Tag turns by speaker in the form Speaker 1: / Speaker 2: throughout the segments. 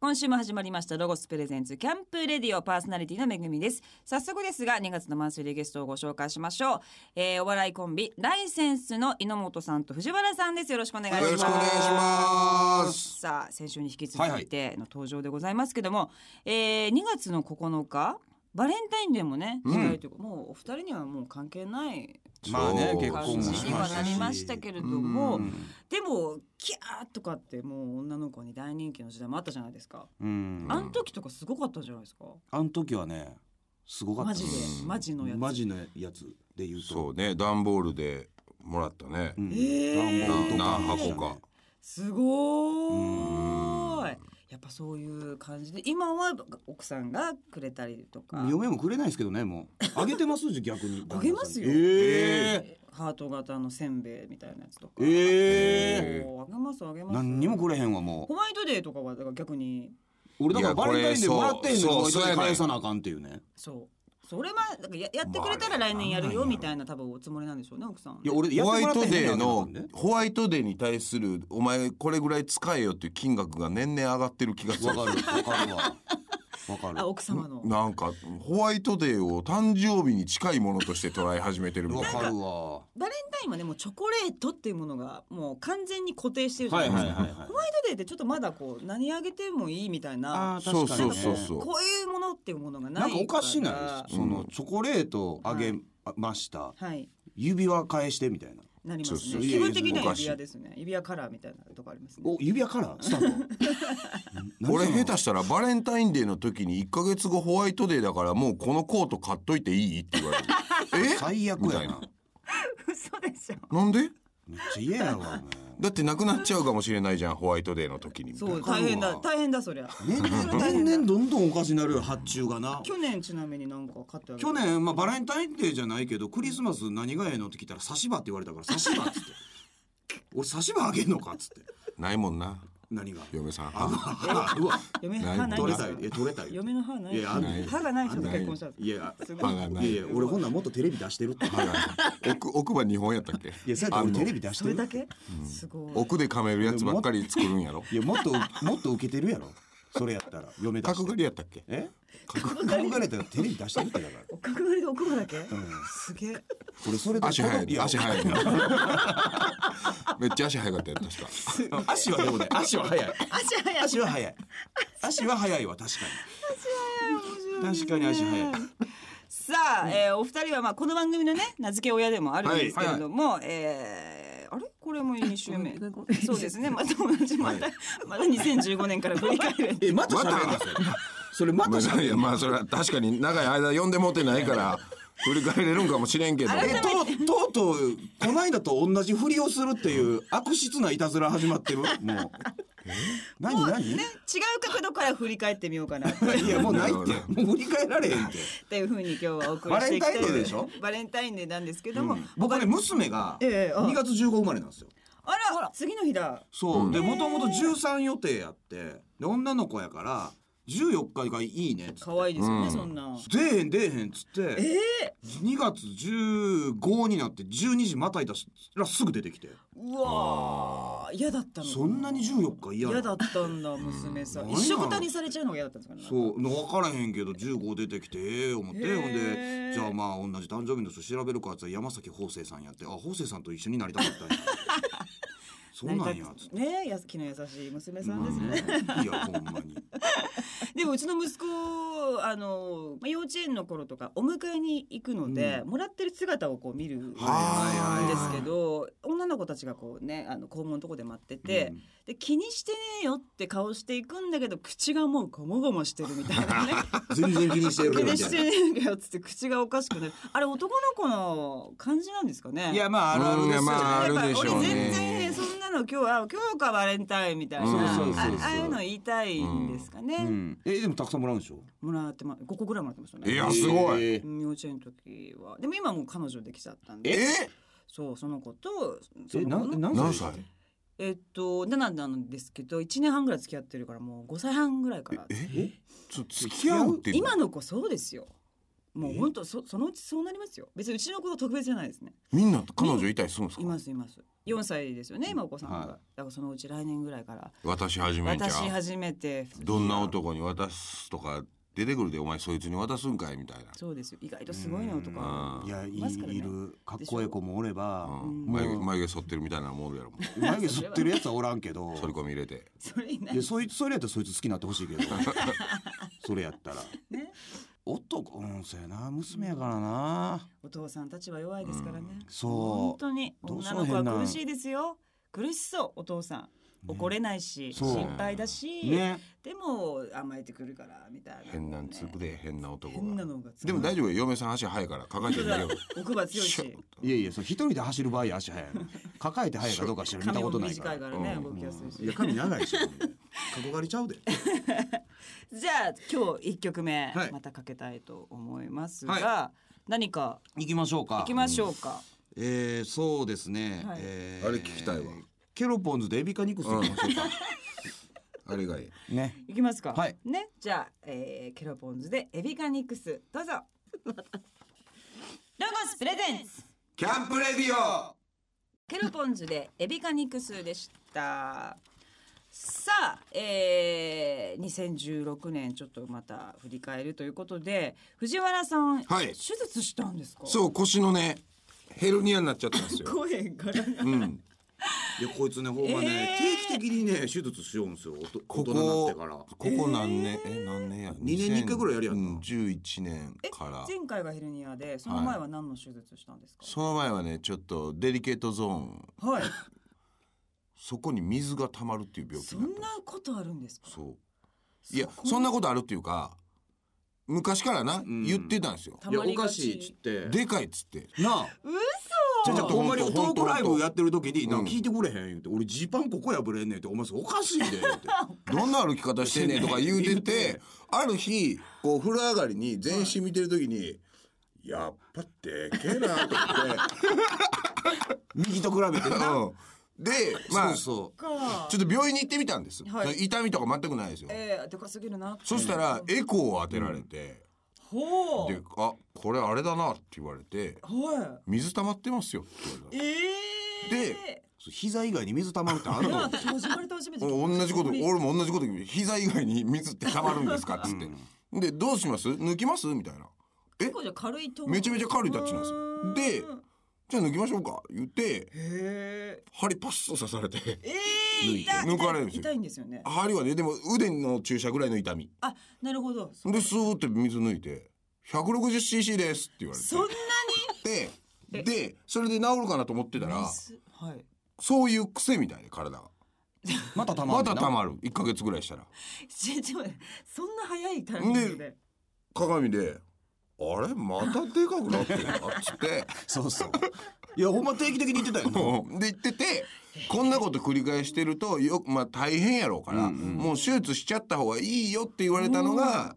Speaker 1: 今週も始まりましたロゴスプレゼンツキャンプレディオパーソナリティのめぐみです早速ですが2月のマンスリーゲストをご紹介しましょう、えー、お笑いコンビライセンスの榎本さんと藤原さんですよろしくお願いします
Speaker 2: よろしくお願いします
Speaker 1: さあ先週に引き続いての登場でございますけども、えー、2月の9日バレンタインデーもね、
Speaker 2: うん
Speaker 1: 近いというかもうお二人にはもう関係ない
Speaker 2: まあね
Speaker 1: そう
Speaker 2: 結婚もしまし
Speaker 1: 感
Speaker 2: たし
Speaker 1: じにはなりましたけれども
Speaker 2: うん
Speaker 1: でもキャーとかってもう女の子に大人気の時代もあったじゃないですか、
Speaker 3: うん
Speaker 1: あの時とかすごかったじゃないですか
Speaker 3: あの時はねすごかった
Speaker 1: マジで
Speaker 3: です
Speaker 1: マジのやつ
Speaker 3: マジのやつで言うと
Speaker 2: そうね段ボールでもらったね、
Speaker 3: う
Speaker 1: え
Speaker 3: ん
Speaker 1: ー
Speaker 3: 段ボールとか
Speaker 2: 何箱か
Speaker 1: すごーいやっぱそういう感じで今は奥さんがくれたりとか
Speaker 3: 嫁もくれないですけどねもうあげてますじゃ逆 に
Speaker 1: あげますよ、
Speaker 3: えー
Speaker 1: ハート型のせんべいみたいなやつとか、
Speaker 3: え
Speaker 1: もうあげますあげます
Speaker 3: 何にもくれへんわも
Speaker 1: ホワイトデーとかはだから逆に
Speaker 3: う俺だから
Speaker 2: いやこれ
Speaker 3: バレンタインでもらってへん
Speaker 2: そう
Speaker 3: のに
Speaker 2: そうそうやねん
Speaker 3: 返さなあかんっていうね
Speaker 1: そうそれはだからややってくれたら来年やるよみたいな多分おつもりなんでしょうね奥さんはね
Speaker 3: いや俺や
Speaker 2: ホ
Speaker 3: っ
Speaker 2: ワ
Speaker 3: て
Speaker 2: イ
Speaker 3: もらってへ
Speaker 2: ト
Speaker 3: んねん
Speaker 2: デー
Speaker 3: わ
Speaker 2: の
Speaker 3: けだか
Speaker 2: ホワイトデーに対するお前これぐらい使えよっていう金額が年々上がってる気がする
Speaker 3: らねわかるわかるわわか
Speaker 1: あ
Speaker 3: る
Speaker 1: 奥様の
Speaker 2: なんかホワイトデーを誕生日に近いものとして捉え始めてるみたい
Speaker 3: わ
Speaker 2: な
Speaker 3: かるわ
Speaker 1: バレンタインはねもうチョコレートっていうものがもう完全に固定してるじゃないですか、
Speaker 3: はいはいはいはい
Speaker 1: ホワイトデーってちょっとまだこう何あげてもいいみたいな
Speaker 3: あー確かにね
Speaker 2: そうそうそうそう
Speaker 1: こういうものっていうものがない
Speaker 3: なんかおかしいな
Speaker 1: ら
Speaker 3: いそのチョコレートあげました
Speaker 1: はい
Speaker 3: 指輪返してみたいな
Speaker 1: なります
Speaker 2: そうそ
Speaker 1: ね
Speaker 2: う
Speaker 1: 気分的に
Speaker 2: いやいやお
Speaker 1: は
Speaker 2: かしい
Speaker 1: 指輪ですね指輪カラーみたいなとこありますね
Speaker 3: お指輪からスター ト
Speaker 2: 俺下手したらバレンタインデーの時に1か月後ホワイトデーだからもうこのコート買っといていいっ て言われるえ
Speaker 3: 最悪や
Speaker 2: みたい
Speaker 3: な
Speaker 2: な
Speaker 1: 嘘でしょ
Speaker 2: なんで
Speaker 3: めっちゃ嫌やろお前
Speaker 2: だってなくなっちゃうかもしれないじゃんホワイトデーの時にみた
Speaker 1: そ
Speaker 2: いな
Speaker 1: う大変だ大変だそりゃ
Speaker 3: 年々年々どんどんおかしになるよ発注がな
Speaker 1: 去年ちなみになんか買ってあげた
Speaker 3: 去年、まあ、バレンタインデーじゃないけどクリスマス何がええのって聞いたら差し歯って言われたから差し歯っつって 俺差し歯あげんのかっつって
Speaker 2: ないもんな
Speaker 3: 何が
Speaker 2: 嫁さん
Speaker 3: あ うわ
Speaker 1: 嫁の歯ない
Speaker 3: 取
Speaker 1: で
Speaker 3: れ
Speaker 1: す
Speaker 3: たいえ取れたい
Speaker 1: 嫁の歯ない
Speaker 3: いやあんねん
Speaker 1: 歯がない人と結婚したんです
Speaker 3: いや
Speaker 1: すご
Speaker 2: 歯
Speaker 1: い
Speaker 2: が
Speaker 3: い
Speaker 2: な
Speaker 3: や
Speaker 2: い
Speaker 3: いや俺ほんなんもっとテレビ出してるってい
Speaker 2: 奥奥歯2本やったっけ
Speaker 3: やそうやって俺テレビ出し
Speaker 1: そ
Speaker 3: て
Speaker 1: れ
Speaker 3: る
Speaker 1: だけすごい
Speaker 2: 奥で噛めるやつばっかり作るんやろ
Speaker 3: いやもっともっと受けてるやろそれやったら嫁出
Speaker 2: 角
Speaker 3: し
Speaker 2: 刈
Speaker 3: て
Speaker 2: りやったっけ
Speaker 3: え角刈りやったらテレビ出してるってだから
Speaker 1: お角刈りで奥歯だけ すげえ
Speaker 3: 俺それで
Speaker 2: 足早いね
Speaker 3: や
Speaker 2: 足早いねめっちゃ足早かったよ確か
Speaker 3: 足はでもね足は速い
Speaker 1: 足早い
Speaker 3: 足は速い足は速いわ確かに確かに足速い
Speaker 1: さあ、えーお二人はまあこの番組のね名付け親でもあるんですけれども、えーあれこれも2週目そうですねま た同じまた、また2015年から振り返る
Speaker 3: えまた喋るん
Speaker 2: ま
Speaker 3: ですよそれまた喋
Speaker 2: い
Speaker 3: る
Speaker 2: やまあそれは確かに長い間呼んでもうてない から振り返れるんかもしれんけど
Speaker 3: えとうとうとうこの間と同じふりをするっていう悪質ないたずら始まってるもう何何
Speaker 1: ね違う角度から振り返ってみようかなって
Speaker 3: いやもうないって
Speaker 2: なるほ
Speaker 3: もう振り返られへんって
Speaker 1: っていうふうに今日はお送りしていきたい
Speaker 3: バレンタインデーでしょ
Speaker 1: バレンタインデーなんですけども、
Speaker 3: 僕ね娘が
Speaker 1: ええあ
Speaker 3: 2月15生まれなんですよ
Speaker 1: あら次の日だ
Speaker 3: そう、
Speaker 2: うん
Speaker 3: でもともと13予定やってで女の子やから14日がいいねっつって
Speaker 1: 可愛いですよね、
Speaker 2: うん
Speaker 1: そんな
Speaker 3: 出えへん出えへんっつって、2月15になって12時またいだらすぐ出てきて
Speaker 1: うわー嫌だったの
Speaker 3: そんなに14日嫌な
Speaker 1: 嫌
Speaker 3: の
Speaker 1: だったんだ娘さん
Speaker 3: うん
Speaker 1: 一緒くたにされちゃうのが嫌だったんですかね
Speaker 3: そうの分からへんけど15出てきてええ思って
Speaker 1: へえ
Speaker 3: ほんでじゃあまあ同じ誕生日の人調べるかっつったら山崎邦生さんやってあ邦生さんと一緒になりたかった んやそうなんやっつって。
Speaker 1: ねや気の優しい娘さんですね、
Speaker 3: まあねいやほんまに
Speaker 1: でもうちの息子あのまあ幼稚園の頃とかお迎えに行くので、もらってる姿をこう見るんです
Speaker 3: はいはいはい
Speaker 1: けど女の子たちがこうねあの校門のとこで待ってて、
Speaker 3: うん
Speaker 1: で気にしてねえよって顔していくんだけど口がもうゴモゴモしてるみたいな ね
Speaker 3: 全然気にして
Speaker 1: 気
Speaker 3: るけど
Speaker 1: に
Speaker 3: みた
Speaker 1: し
Speaker 3: い
Speaker 1: て
Speaker 3: な
Speaker 1: ねえよっつって口がおかしくなるあれ男の子の感じなんですかね
Speaker 3: いやまああるあるですよ、
Speaker 2: うんいやまああるでし
Speaker 1: やっぱ
Speaker 2: ょうね
Speaker 1: 俺全然そんなの今日は今日かバレンタインみたいな、
Speaker 2: うん
Speaker 3: そうそうそうそう
Speaker 1: あああいうの言いたいんですかね、
Speaker 3: うん、えでもたくさんもらうんでしょ
Speaker 1: もらってま5個ぐらいもらってましたね
Speaker 2: いやすごい
Speaker 3: えー
Speaker 1: うん幼稚園の時はでも今もう彼女できちゃったんで
Speaker 2: え
Speaker 1: そうその子とそ
Speaker 3: え
Speaker 1: の
Speaker 3: な
Speaker 1: 子の
Speaker 3: 何
Speaker 2: 何
Speaker 3: 歳
Speaker 2: 歳
Speaker 1: えっとなんなんですけど1年半ぐらい付き合ってるからもう5歳半ぐらいから
Speaker 2: えちょ付き合うって
Speaker 1: 今の子そうですよもう本当そそのうちそうなりますよ別にうちの子が特別じゃないですね
Speaker 2: みんな彼女いたりするんです
Speaker 1: い
Speaker 2: か
Speaker 1: ますいます4歳ですよね今お子さんが、
Speaker 3: はい
Speaker 1: だからそのうち来年ぐらいから
Speaker 2: 私始めんち
Speaker 1: 私
Speaker 2: ゃう
Speaker 1: 初めて
Speaker 2: どんな男に渡すとか出てくるでお前そいつに渡すんかいみたいな
Speaker 1: そうですよ意外とすごいのとか
Speaker 2: うん
Speaker 3: いやい
Speaker 1: いますからね
Speaker 3: いるかっこええ子もおれば
Speaker 2: う
Speaker 3: も
Speaker 2: ん
Speaker 3: う
Speaker 2: 眉毛眉毛剃ってるみたいなのもんやろも
Speaker 3: 眉毛吸ってるやつはおらんけど
Speaker 2: う剃り込み入れて
Speaker 1: それいない
Speaker 3: でそいつそれやったらそいつ好きになってほしいけど それやったら
Speaker 1: ね
Speaker 3: 男うんそうやな娘やからな
Speaker 1: お父さんたちは弱いですからね、
Speaker 2: うん
Speaker 1: 本
Speaker 3: そう
Speaker 1: 当に
Speaker 3: どう
Speaker 1: 女の子
Speaker 3: その辺な
Speaker 1: は
Speaker 3: ん
Speaker 1: 苦しいですよ苦しそうお父さん怒れないし、
Speaker 3: そう
Speaker 1: 心配だし、
Speaker 3: ね
Speaker 1: でも甘えてくるからみたいな
Speaker 2: 変なんつくで変な男
Speaker 1: 変な
Speaker 2: が
Speaker 1: のがつく
Speaker 2: でも大丈夫よ嫁さん足早いから抱えて
Speaker 1: 本当
Speaker 2: 逃げ
Speaker 1: だ
Speaker 2: よ
Speaker 1: 奥歯強い
Speaker 2: シュ
Speaker 1: し
Speaker 2: ッと
Speaker 3: いやいやそう一人で走る場合足速いの抱えて速いかどうか知らん見た
Speaker 1: 髪
Speaker 3: こ
Speaker 1: も
Speaker 3: とないか
Speaker 1: 短い
Speaker 3: ら
Speaker 1: からね、
Speaker 2: うん
Speaker 1: 動きやすいし
Speaker 3: いや髪長いし角刈りちゃうで
Speaker 1: じゃあ今日一曲目、
Speaker 3: はい
Speaker 1: またかけたいと思いますが、
Speaker 3: は
Speaker 1: 何か
Speaker 3: 行きましょうか
Speaker 1: いきましょうか、
Speaker 3: えー、そうですね、
Speaker 1: はい
Speaker 3: えー
Speaker 2: あれ聞きたいわ
Speaker 3: ケロポンズでエビカニクス行きましょうか、
Speaker 2: あれがいい
Speaker 3: ね
Speaker 1: いきますか、
Speaker 3: はい
Speaker 1: ねじゃあ、えー、ケロポンズでエビカニクスどうぞロゴスプレゼンツ
Speaker 2: キャンプレディオ
Speaker 1: ケロポンズでエビカニクスでした。さあ、えー、2016年ちょっとまた振り返るということで藤原さん、
Speaker 2: はい
Speaker 1: 手術したんですか
Speaker 2: そう腰のねヘルニアになっちゃったんですよ、
Speaker 1: 声からが
Speaker 2: うん、
Speaker 3: いやこいつねほんまね、
Speaker 1: えー
Speaker 3: 定期的にね手術しようんですよおと
Speaker 2: こ
Speaker 3: 大
Speaker 2: こ
Speaker 3: 人になってから
Speaker 2: ここ何年え何年や
Speaker 3: 二年に一回ぐらいやるやんな
Speaker 2: 11年
Speaker 1: え
Speaker 2: から
Speaker 1: 前回がヘルニアでその前は何の手術したんですか
Speaker 2: その前はねちょっとデリケートゾーン
Speaker 1: はい、
Speaker 2: そこに水が溜まるっていう病気
Speaker 1: そ
Speaker 2: になっ
Speaker 1: ん
Speaker 2: た
Speaker 1: なことあるんですか
Speaker 2: そういやそんなことあるっていうか昔からな、
Speaker 3: ん
Speaker 2: 言ってたんですよ
Speaker 1: た
Speaker 3: いや
Speaker 1: まり
Speaker 3: お
Speaker 1: が
Speaker 3: か
Speaker 1: ち
Speaker 3: しいっつって
Speaker 2: でかいっつって
Speaker 3: なあ
Speaker 1: 嘘
Speaker 3: じゃじゃ
Speaker 2: ほんと
Speaker 3: ほんまに
Speaker 2: ほんと
Speaker 3: トークライ
Speaker 2: ほん
Speaker 3: ブ
Speaker 2: と
Speaker 3: やってる時に「なん
Speaker 2: うん
Speaker 3: か聞いてくれへん」言うて「俺ジーパンここ破れんねん」って「お前それおかしいで」言うて
Speaker 2: どんな歩き方してんねんとか言うててある日こう風呂上がりに全身見てる時に「やっぱでけえな」と思って。
Speaker 3: 右と比べてな、
Speaker 2: うん、でま
Speaker 3: そ
Speaker 2: あ
Speaker 3: うそう
Speaker 1: か
Speaker 2: ちょっと病院に行ってみたんです、
Speaker 1: はい
Speaker 2: それ痛みとか全くないですよ、
Speaker 1: えー、でかすぎるなって
Speaker 2: そしたらエコーを当てられて、
Speaker 1: ほう
Speaker 2: で「あこれあれだな」って言われて
Speaker 1: は
Speaker 2: 「水溜まってますよ」って言われ
Speaker 1: いえー、
Speaker 2: で
Speaker 3: そう膝以外に水溜まるってある
Speaker 1: いや
Speaker 3: の
Speaker 1: 私始まりと初めて
Speaker 2: た
Speaker 1: 聞いた
Speaker 2: 同じこと俺も同じこと言う膝以外に水って溜まるんですかっつって、で「どうします抜きます?」みたいな「え
Speaker 1: 結構じゃあ軽いと思う
Speaker 2: めちゃめちゃ軽いタッチなんですよ」で
Speaker 1: うーん
Speaker 2: 「じゃあ抜きましょうか」言って
Speaker 1: へ
Speaker 2: 針パッと刺されて
Speaker 1: ええー、痛い
Speaker 2: 抜かれるんですよ
Speaker 1: 痛いんですよね
Speaker 2: 針はねでも腕の注射ぐらいの痛み
Speaker 1: あなるほどそ
Speaker 2: でスーって水抜いて「160cc です」って言われて。
Speaker 1: そんな
Speaker 2: ででそれで治るかなと思ってた
Speaker 1: に
Speaker 2: ら
Speaker 1: 水はい
Speaker 2: そういう癖みたいで体が
Speaker 3: また溜ま
Speaker 2: ま
Speaker 3: る
Speaker 2: た
Speaker 3: な
Speaker 2: たまる1か月ぐらいしたら
Speaker 1: ちょちょそんな早いタイミングで
Speaker 2: 鏡で「あれまたでかくなってるな」っつって
Speaker 3: そうそういやほんま定期的に言ってたよな
Speaker 2: うんで言っててこんなこと繰り返してるとよまあ大変やろうから、
Speaker 3: うんうん
Speaker 2: もう手術しちゃった方がいいよって言われたのが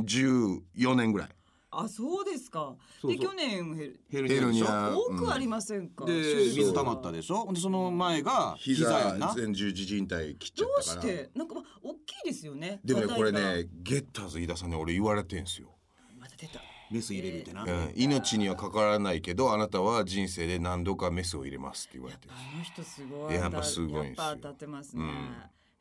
Speaker 2: 2014年ぐらい
Speaker 1: あそうですか
Speaker 3: そうそ
Speaker 1: で
Speaker 3: う
Speaker 1: 去年ヘル
Speaker 3: ヘル
Speaker 2: ヘル
Speaker 3: ニ
Speaker 2: ニ
Speaker 3: ア
Speaker 2: ア
Speaker 1: 多
Speaker 2: うん
Speaker 1: くありませんか、
Speaker 3: で
Speaker 1: 手
Speaker 3: しょ
Speaker 1: 術
Speaker 3: で
Speaker 1: が
Speaker 3: 水溜まったでしょでその前が膝やんな
Speaker 2: 前十字靭帯切っち
Speaker 1: どうしてなんかまあ大きいですよね
Speaker 2: でもね
Speaker 1: 硬い
Speaker 2: これ
Speaker 1: から
Speaker 2: ねゲッターズ飯田さんに俺言われてんすよ
Speaker 1: また出た
Speaker 3: メス入れるってな、
Speaker 2: うん、命にはかからないけどあなたは人生で何度かメスを入れますって言われてる
Speaker 1: あの人すごい
Speaker 2: やっぱすごいんですよ
Speaker 1: やっぱ当たってますね、
Speaker 2: うん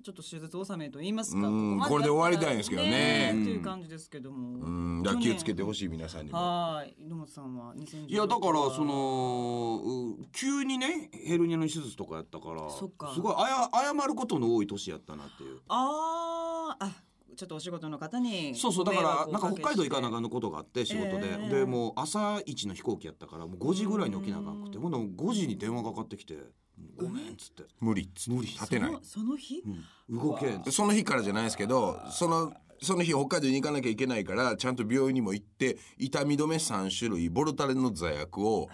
Speaker 1: ちょっと手術納めと言いますか、
Speaker 2: うん
Speaker 1: ここまやったら
Speaker 2: これで終わりたいんですけどね
Speaker 1: っていう感じですけども、
Speaker 2: うんだから気をつけてほしい皆さんにも
Speaker 1: はーい、野本さんは2016
Speaker 3: いやだからそのう急にねヘルニアの手術とかやったから
Speaker 1: そっか
Speaker 3: すごいあや謝ることの多い年やったなっていう
Speaker 1: あーあ、ちょっとお仕事の方に
Speaker 3: そうそうだから
Speaker 1: ご迷
Speaker 3: な
Speaker 1: 惑
Speaker 3: んか
Speaker 1: をお
Speaker 3: 北海道行かなあ
Speaker 1: か
Speaker 3: かんのことがあって仕事で、
Speaker 1: ええ
Speaker 3: でもう朝一の飛行機やったからもう5時ぐらいに起きなあかんくてほんなら5時に電話かかってきて「ごめん」っつって
Speaker 2: 無理っつ無理立てない
Speaker 1: そのその日、
Speaker 3: 「動けん」っつって
Speaker 2: その日からじゃないですけどそのその日北海道に行かなきゃいけないからちゃんと病院にも行って痛み止め3種類ボルタレンの座薬を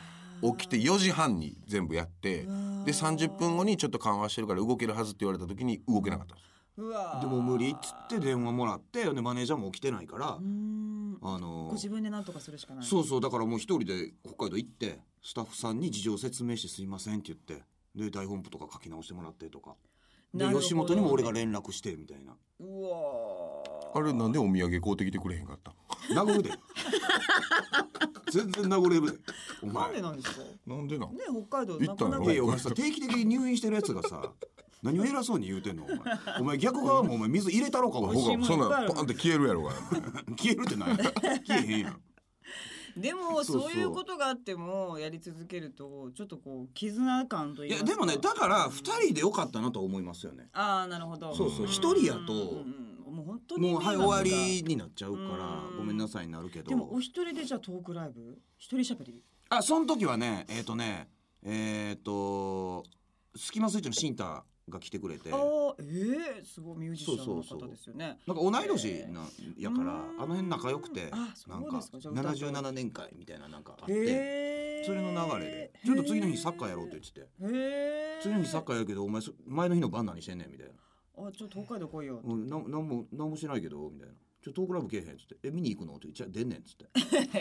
Speaker 2: 起きて4時半に全部やってで30分後にちょっと緩和してるから動けるはずって言われた時に動けなかったんです
Speaker 1: うわー
Speaker 3: でも無理っつって電話もらってでマネージャーも起きてないから
Speaker 1: うー、ん
Speaker 3: あの
Speaker 1: ご自分で何とかするしかない
Speaker 3: そうそうだからもう一人で北海道行ってスタッフさんに事情を説明して「すいません」って言ってで台本部とか書き直してもらってとかで
Speaker 1: なるほど
Speaker 3: 吉本にも俺が連絡してみたいな
Speaker 1: うわー
Speaker 2: あれなんでお土産買うてきてくれへんかった
Speaker 3: 殴 るで全然殴れるでお
Speaker 1: なんで
Speaker 3: 前
Speaker 1: なんですかね
Speaker 2: なんでなん
Speaker 1: 北海道
Speaker 2: 行
Speaker 1: な
Speaker 2: った
Speaker 1: か
Speaker 2: んや
Speaker 1: なか
Speaker 2: ろ
Speaker 3: いやいやお前さ定期的に入院してるやつがさ何を偉そうに言うてんのお前お前逆側もお前水入れたろかお前
Speaker 2: ほ
Speaker 1: しいも
Speaker 2: か
Speaker 1: ん
Speaker 2: そん
Speaker 1: いっぱいあ
Speaker 2: な
Speaker 1: る
Speaker 2: んパンって消えるやろが
Speaker 3: 消えるってない 消えへんやん
Speaker 1: で
Speaker 3: そ
Speaker 1: も
Speaker 3: うそう
Speaker 1: そういうことがあってもやり続けるとちょっとこう絆感とい
Speaker 3: い
Speaker 1: いま
Speaker 3: や
Speaker 1: す
Speaker 3: でもねだから二人でよかったなとは思いますよね
Speaker 1: ああなるほど
Speaker 3: そうそうん一人やと
Speaker 1: んうんもう本当に
Speaker 3: もうはい終わりになっちゃう
Speaker 1: う
Speaker 3: から
Speaker 1: ん
Speaker 3: ごめんなさいになるけ
Speaker 1: でも
Speaker 3: ど
Speaker 1: お一人でじゃあトークライブ一人しゃべり
Speaker 3: あその時はねえっ、とねえっ、とスキマスイッチのシンタが来てくれて
Speaker 1: ああ
Speaker 3: なんか
Speaker 1: ええすごいミュージシャンの
Speaker 3: そうそうそ
Speaker 1: 方
Speaker 3: う
Speaker 1: ですよね
Speaker 3: 同い年なやから
Speaker 1: うん
Speaker 3: あの辺仲良くて
Speaker 1: あそ
Speaker 3: なん
Speaker 1: う
Speaker 3: か
Speaker 1: ですかじゃあ歌って
Speaker 3: 77年会みたいななんかあって
Speaker 1: へえ
Speaker 3: それの流れでちょっと次の日サッカーやろうって言ってて
Speaker 1: へえ
Speaker 3: 次の日サッカーやるけどお前そ前の日の晩何してんねんみたいな
Speaker 1: あちょっと北海道来いよ
Speaker 3: うん、なんなんもなんもしないけどみたいな「ちょトークライブけえへん」っつって「え見に行くの?」って言っちゃ出んねん」っつって「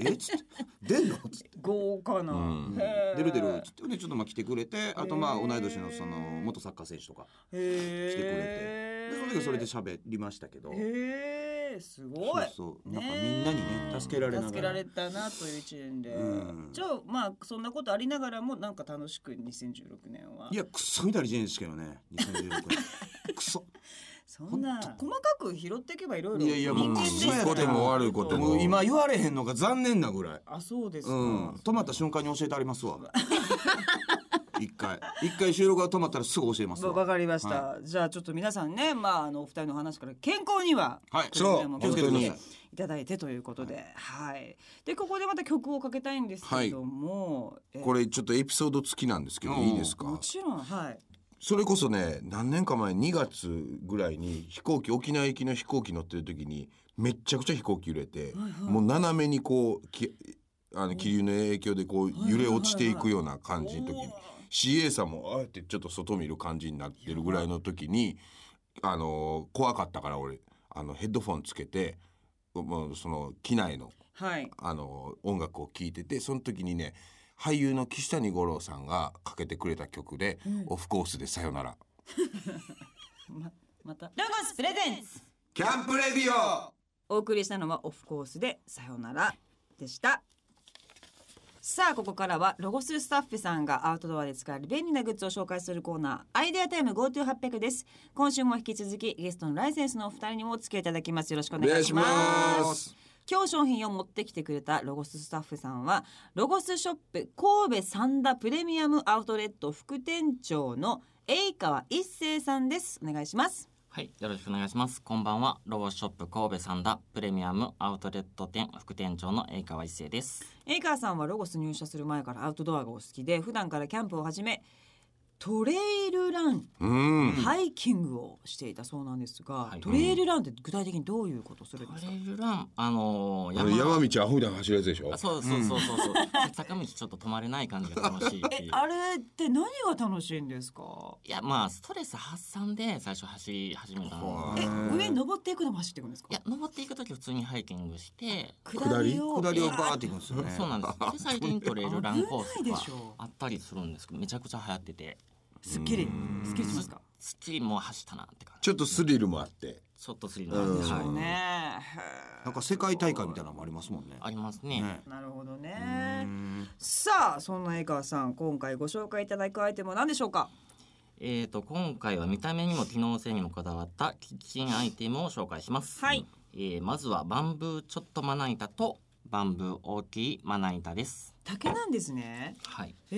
Speaker 3: えっ?」つって「出んの?」っつって
Speaker 1: 豪華な、
Speaker 2: なうん
Speaker 1: へ
Speaker 3: 「
Speaker 1: ー
Speaker 3: 出る出る」っつってでちょっとまあ来てくれてあとまあ
Speaker 1: へ
Speaker 3: 同
Speaker 1: ー
Speaker 3: い年のその元サッカー選手とか
Speaker 1: へえ
Speaker 3: 来てくれでその時はそれで喋りましたけど
Speaker 1: へえすご
Speaker 3: そ
Speaker 1: いう
Speaker 3: そうなんかみんなにね助けられながら
Speaker 1: 助けられたなという一年で、
Speaker 3: うん
Speaker 1: じゃあまあそんなことありながらもなんか楽しく2016年はい
Speaker 3: やクソみたいな人生けどね2016年 クソ
Speaker 1: そんな
Speaker 3: ほん
Speaker 1: 細かく拾っていけばいろいろ
Speaker 3: いやいやもう
Speaker 1: 人間ですから
Speaker 3: いいことも
Speaker 2: 悪いこと
Speaker 3: もう今言われへんのが残念なぐらい
Speaker 1: あそうですか、
Speaker 3: うん止まった瞬間に教えてありますわ 一回一回収録が止まったらすぐ教えます
Speaker 1: わ
Speaker 3: わ
Speaker 1: わかりました、
Speaker 3: は
Speaker 1: じゃあちょっと皆さんねまああのお二人の話から健康には
Speaker 3: はい
Speaker 1: くれぐれも
Speaker 2: そ
Speaker 1: 気を
Speaker 2: う
Speaker 1: つけ
Speaker 2: 本当に
Speaker 1: ていただいてということではい、でここでまた曲をかけたいんですけども、え
Speaker 2: これちょっとエピソード付きなんですけどいいです
Speaker 1: も
Speaker 2: か
Speaker 1: ちろんはい
Speaker 2: それこそね何年か前2月ぐらいに飛行機沖縄行きの飛行機乗ってる時にめっちゃくちゃ飛行機揺れて、もう斜めにこうきあの気流の影響でこう揺れ落ちていくような感じの時に、CA さんもああやってちょっと外見る感じになってるぐらいの時にあの怖かったから俺あのヘッドフォンつけてもうその機内の
Speaker 1: はい
Speaker 2: あの音楽を聴いててその時にね俳優の岸谷五郎さんがかけてくれた曲で「オフコースでさよなら
Speaker 1: ままたラゴンスプレゼンツ」
Speaker 2: キャンプレディオ
Speaker 1: お送りしたのはオフコースでさよならでしたさあここからはロゴススタッフさんがアウトドアで使える便利なグッズを紹介するコーナーアイデアタイム GoTo800 です今週も引き続きゲストのライセンスのお二人にもお付き合いいただきますよろしくお
Speaker 2: お
Speaker 1: 願
Speaker 2: 願
Speaker 1: い
Speaker 2: い
Speaker 1: し
Speaker 2: し
Speaker 1: ます
Speaker 2: ます
Speaker 1: 今日商品を持ってきてくれたロゴススタッフさんはロゴスショップ神戸三田プレミアムアウトレット副店長の栄川一生さんですお願いします
Speaker 4: はい、よろしくお願いします。こんばんは、ロゴスショップ神戸三田プレミアムアウトレット店副店長の栄川一生です。
Speaker 1: エイカーさんはロゴス入社する前からアウトドアがお好きで普段からキャンプをはじめトレイルラン、
Speaker 2: うん
Speaker 1: ハイキングをしていたそうなんですが、
Speaker 4: い
Speaker 1: トレイルランって具体的にどういうことをするん
Speaker 4: ト
Speaker 1: ですか、
Speaker 4: レイルラン、あのー、
Speaker 2: あれ山道アホみたいな走るやつでしょ
Speaker 4: あそうそうそうそうそう、坂道ちょっと止まれない感じが楽し いっていう。
Speaker 1: あれって何が楽しいんですか、
Speaker 4: いや、まあ、ストレス発散で最初走り始めたので。
Speaker 3: うん
Speaker 1: 上に登っていくのも走っていくんですか
Speaker 4: いや、登っていくとき普通にハイキングして、
Speaker 1: 下りを
Speaker 3: 下りをバーっていくんですよね。
Speaker 4: そうなんです。で、最近トレイルランコース
Speaker 1: 危な
Speaker 4: と
Speaker 1: い
Speaker 4: か
Speaker 1: でしょ
Speaker 4: あったりするんですけど、めちゃくちゃ流行ってて、
Speaker 1: すっきりすっきりしますか
Speaker 4: すっきりもう走ったなって感じ。
Speaker 2: ちょっとスリルもあって
Speaker 4: ちょっとスリル
Speaker 2: う
Speaker 4: なん
Speaker 2: ん
Speaker 4: で
Speaker 1: でしょうね
Speaker 3: なんか世界大会みたいなのもありますもんね。
Speaker 4: ありますね。
Speaker 3: ね
Speaker 1: なるほど
Speaker 3: う
Speaker 1: ね
Speaker 3: ん
Speaker 1: さあそんな江川さん今回ご紹介いただくアイテムは何でしょうか
Speaker 4: えー、と今回は見た目にも機能性にもこだわったキッチンアイテムを紹介します、
Speaker 1: はい
Speaker 4: えーまずはバンブーちょっとまな板とバンブー大きいまな板です
Speaker 1: 竹なんですね
Speaker 4: はい
Speaker 1: へ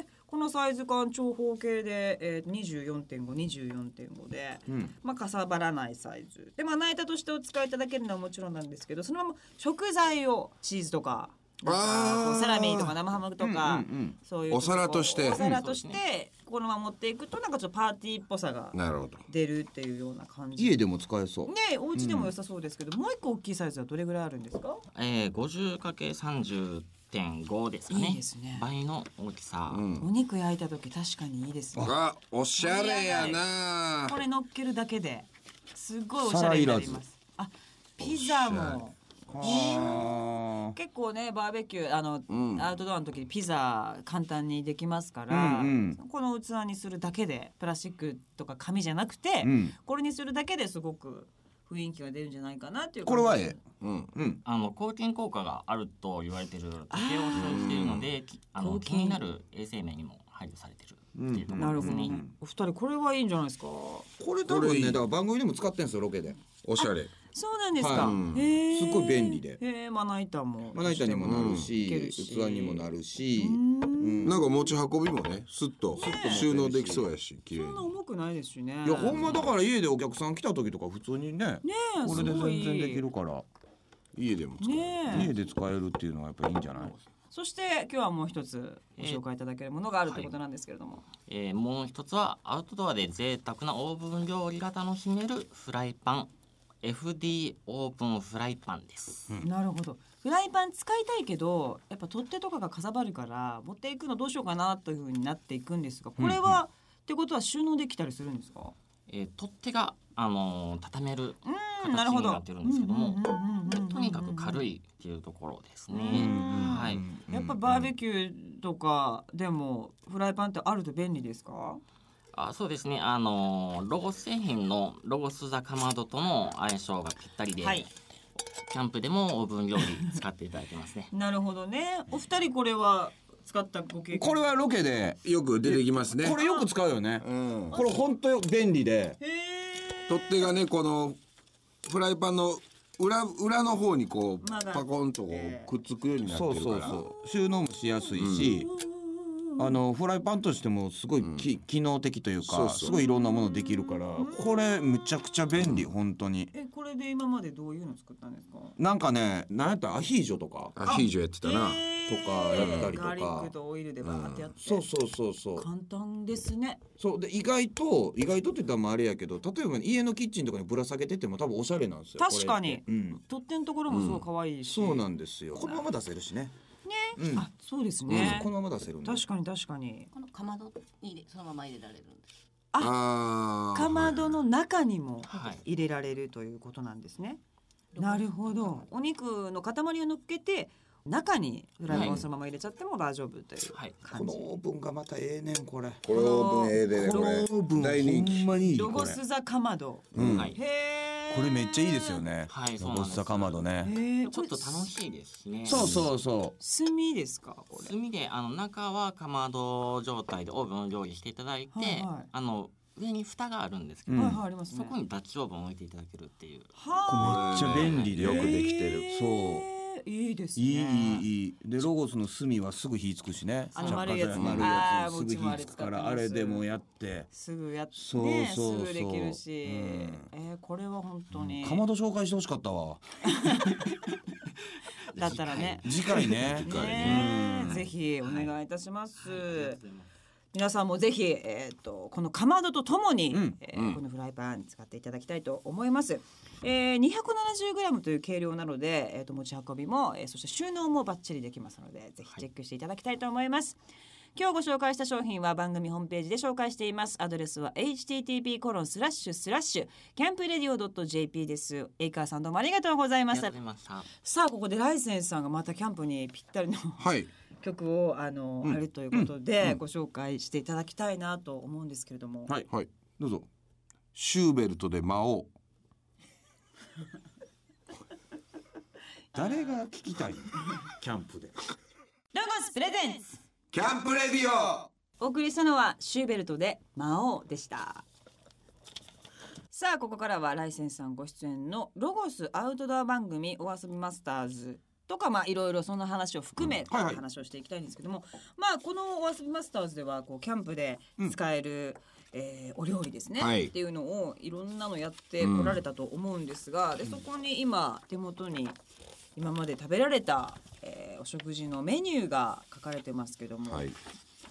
Speaker 1: えこのサイズ感長方形で、えー、24.524.5で、
Speaker 3: うん
Speaker 1: まあ、かさばらないサイズでまな板としてお使いいただけるのはもちろんなんですけどそのまま食材をチーズとかなんかこ
Speaker 2: あ
Speaker 1: う
Speaker 2: ー
Speaker 1: サラミとか生ハムとか、
Speaker 3: うんうん
Speaker 1: そういう
Speaker 2: お皿として
Speaker 1: お皿として
Speaker 4: うん
Speaker 1: このまま持っていくとなんかちょっとパーティーっぽさが
Speaker 2: なるほど
Speaker 1: 出るっていうような感じ
Speaker 3: 家でも使えそう。
Speaker 1: ねお家でも良さそうですけど、もう一個大きいサイズはどれぐらいあるんですか
Speaker 4: えー、50×30.5ですかね
Speaker 1: いいですね
Speaker 4: 倍の大きさ、
Speaker 1: お肉焼いた時確かにいいですね
Speaker 2: あおしゃれやな
Speaker 1: これ乗っけるだけですごいおしゃれになりますあピザも
Speaker 3: あ
Speaker 1: 結構ねバーベキューあの、
Speaker 2: うん
Speaker 1: アウトドアの時にピザ簡単にできますから、
Speaker 3: うん
Speaker 1: この器にするだけでプラスチックとか紙じゃなくて、
Speaker 3: ーうん
Speaker 1: これにするだけですごく雰囲気が出るんじゃないかなっていう
Speaker 2: これはええ、うん、
Speaker 3: うん
Speaker 4: あの抗菌効果があると言われてる時計を使用しているのできあの
Speaker 1: 抗
Speaker 4: 気
Speaker 1: 菌
Speaker 4: になる衛生面にも配慮されてる
Speaker 3: うん
Speaker 4: っていうとこ
Speaker 1: なる
Speaker 4: ろで
Speaker 1: ほ
Speaker 4: す
Speaker 1: ど、
Speaker 4: ね、
Speaker 1: お二人これはいいんじゃないですか
Speaker 3: これ多分ねだから番組でも使ってんですよロケで
Speaker 2: おしゃれ
Speaker 1: そうなんです
Speaker 3: は
Speaker 1: か、
Speaker 3: い
Speaker 2: うん
Speaker 1: へえ
Speaker 3: すっごい便利で
Speaker 1: へえまな板も
Speaker 3: まな板にもなる
Speaker 1: いけ
Speaker 3: し
Speaker 1: るし
Speaker 3: 器にもなるし
Speaker 1: うん
Speaker 3: うん
Speaker 2: なんか持ち運びもねすっと収納できそうやし綺麗
Speaker 1: そんな
Speaker 2: に
Speaker 1: 重くないですしね
Speaker 3: いやほんまだから家でお客さん来た時とか普通にね
Speaker 1: ねえ
Speaker 3: これ
Speaker 1: す
Speaker 3: で
Speaker 1: ご
Speaker 3: 全
Speaker 1: い
Speaker 3: 然できるから
Speaker 2: 家でも使う、
Speaker 1: ねえ
Speaker 3: 家で使えるっていうのはやっぱいいんじゃない
Speaker 1: そして今日はもう一つご紹介いただけるものがあるということなんですけれども、
Speaker 4: えーもう一つはアウトドアで贅沢なオーブン料理が楽しめるフライパン FD オーブンフライパンです、
Speaker 1: なるほどフライパン使いたいけどやっぱ取っ手とかがかさばるから持っていくのどうしようかなというふうになっていくんですがこれは、ってことは収納できたりするんですか
Speaker 4: えー取っ手が、あのー畳める
Speaker 1: うんなる
Speaker 4: 形
Speaker 1: ほ
Speaker 4: に
Speaker 1: ど
Speaker 4: なってるんですけども、
Speaker 1: うんうん
Speaker 4: とにかく軽
Speaker 1: い
Speaker 4: いっていうところですね、
Speaker 1: うん
Speaker 4: はい
Speaker 1: やっぱバーベキューとかでもフライパンってあると便利ですか
Speaker 4: あそうですねあのロゴス製品のロゴスザかまどとの相性がぴったりで、
Speaker 1: はい
Speaker 4: キャンプでもオーブン料理使っていただけますね
Speaker 1: なるほどねお二人これは使ったご経験
Speaker 3: これはロケで
Speaker 2: よく出てきますね
Speaker 3: これよく使うよね
Speaker 2: うん、
Speaker 3: これ本当便利で
Speaker 1: へえ
Speaker 2: 取っ手がねこのフライパンの裏裏の方にこう
Speaker 1: まだ
Speaker 2: パコンとこうくっつくようになって
Speaker 3: そ
Speaker 2: る
Speaker 3: う
Speaker 2: か
Speaker 3: そ
Speaker 2: ら
Speaker 3: うそう収納もしやすいし、あのフライパンとしてもすごいき、機能的というか
Speaker 2: そうそう
Speaker 3: すごいいろんなものできるからこれむちゃくちゃ便利、本当に
Speaker 1: えこれで今までどういうの作ったんですか
Speaker 3: なんかねなんやったらアヒージョとか
Speaker 2: アヒージョやってたな、
Speaker 1: と
Speaker 3: かやったりとか
Speaker 1: ガーリックとオイルでバーってやって、
Speaker 3: そうそうそうそう
Speaker 1: 簡単ですね
Speaker 3: そうで意外と意外とって言ったらもうあれやけど例えば家のキッチンとかにぶら下げてても多分おしゃれなんですよ
Speaker 1: 確かに
Speaker 3: これってうん
Speaker 1: 取っ手のところもすごい可愛いし、
Speaker 3: そうなんですよこのまま出せるしねねうん
Speaker 1: あそうですね、
Speaker 3: このまま出せるんで
Speaker 1: 確かに確かに
Speaker 5: このかまどに入れそのまま入れられるんです。
Speaker 2: あー
Speaker 1: かまどの中にも
Speaker 4: はい
Speaker 1: 入れられるということなんですね、なるほどお肉の塊を乗っけて中にフライパンをそのまま入れちゃっても大丈夫という
Speaker 4: はい
Speaker 3: こ
Speaker 1: 感
Speaker 3: の
Speaker 1: じ、
Speaker 3: オーブンがまたええねんこれ
Speaker 2: これオーブンええでね
Speaker 3: こ
Speaker 2: こ
Speaker 3: の
Speaker 2: れ
Speaker 3: オーブン
Speaker 2: 大人
Speaker 3: ほん
Speaker 2: 気
Speaker 3: まにいい
Speaker 1: ロ
Speaker 3: こ
Speaker 1: ゴ
Speaker 3: れ
Speaker 1: スザかまど
Speaker 3: うん
Speaker 4: はい、
Speaker 1: へえ
Speaker 3: これめっちゃいいですよね
Speaker 4: はい
Speaker 3: ロ
Speaker 4: そうなん
Speaker 3: ゴ
Speaker 4: です
Speaker 3: スザかまどね
Speaker 1: へえ
Speaker 4: ちょっと楽しいですしね
Speaker 3: そうそうそ
Speaker 1: 炭ですかこれ
Speaker 4: 炭であの中はかまど状態でオーブン料理していただいて、
Speaker 1: はいはい
Speaker 4: あの上に蓋があるんですけ
Speaker 3: う
Speaker 4: ど、
Speaker 3: ん
Speaker 1: はいはいありますね
Speaker 4: そこにダッチオーブンを置いていただけるっていう
Speaker 1: は
Speaker 3: うめっちゃ便利で
Speaker 2: よ
Speaker 1: あ
Speaker 2: くできてる
Speaker 3: そう
Speaker 1: ういいですね
Speaker 3: いいいいいいでロゴスの隅はすぐ火つくしね
Speaker 1: あの丸いやつ
Speaker 3: 着火剤丸い
Speaker 1: あ
Speaker 3: や
Speaker 1: ー
Speaker 3: つす
Speaker 1: うち
Speaker 3: ぐ
Speaker 1: もあ
Speaker 3: 火
Speaker 1: れ
Speaker 3: つ
Speaker 1: 使っ
Speaker 3: く
Speaker 1: てま
Speaker 3: か
Speaker 1: す
Speaker 3: らあれでもやって
Speaker 1: すぐやって
Speaker 3: そうそうそ
Speaker 1: す
Speaker 3: う
Speaker 1: ぐできるし、
Speaker 3: う
Speaker 1: えーこれは本当に、
Speaker 3: かまど紹介してほしかったわ
Speaker 1: だったらね
Speaker 3: 次回 ね
Speaker 1: ねえぜひお願いいたします、皆さんもぜひ、えー、とこのかまどとともに、
Speaker 3: うん
Speaker 1: えーこのフライパン使っていただきたいと思います、えー、270g という計量なので、えー、と持ち運びも、えーそして収納もバッチリできますのでぜひチェックしていただきたいと思います、今日ご紹介した商品は番組ホームページで紹介していますアドレスは http コロンスラッシュスラッシュキャンプレディオ .jp ですエイカーさんどうもありがとうござい
Speaker 4: あ
Speaker 1: ま
Speaker 4: り
Speaker 1: し
Speaker 4: がと
Speaker 1: た
Speaker 4: うございました
Speaker 1: さあここでライセンスさんがまたキャンプにぴったりの
Speaker 2: はい
Speaker 1: 曲をあの、やるということで、ご紹介していただきたいなと思うんですけれども、
Speaker 3: はい
Speaker 2: はい
Speaker 3: どうぞ
Speaker 2: シューベルトで魔王
Speaker 3: 誰が聞きたい のキャンプで
Speaker 1: ロゴスプレゼンツ
Speaker 2: キャンプレディオ
Speaker 1: お送りしたのはシューベルトで魔王でしたさあここからはライセンスさんご出演のロゴスアウトドア番組お遊びマスターズとかまあいろいろその話を含め、
Speaker 3: はいはい
Speaker 1: 話をしていきたいんですけどもまあこのお遊びマスターズではこうキャンプで使える、えーお料理ですね、
Speaker 2: はい
Speaker 1: っていうのをいろんなのやってこられたと思うんですが、でそこに今手元に今まで食べられた、えーお食事のメニューが書かれてますけども、
Speaker 2: はい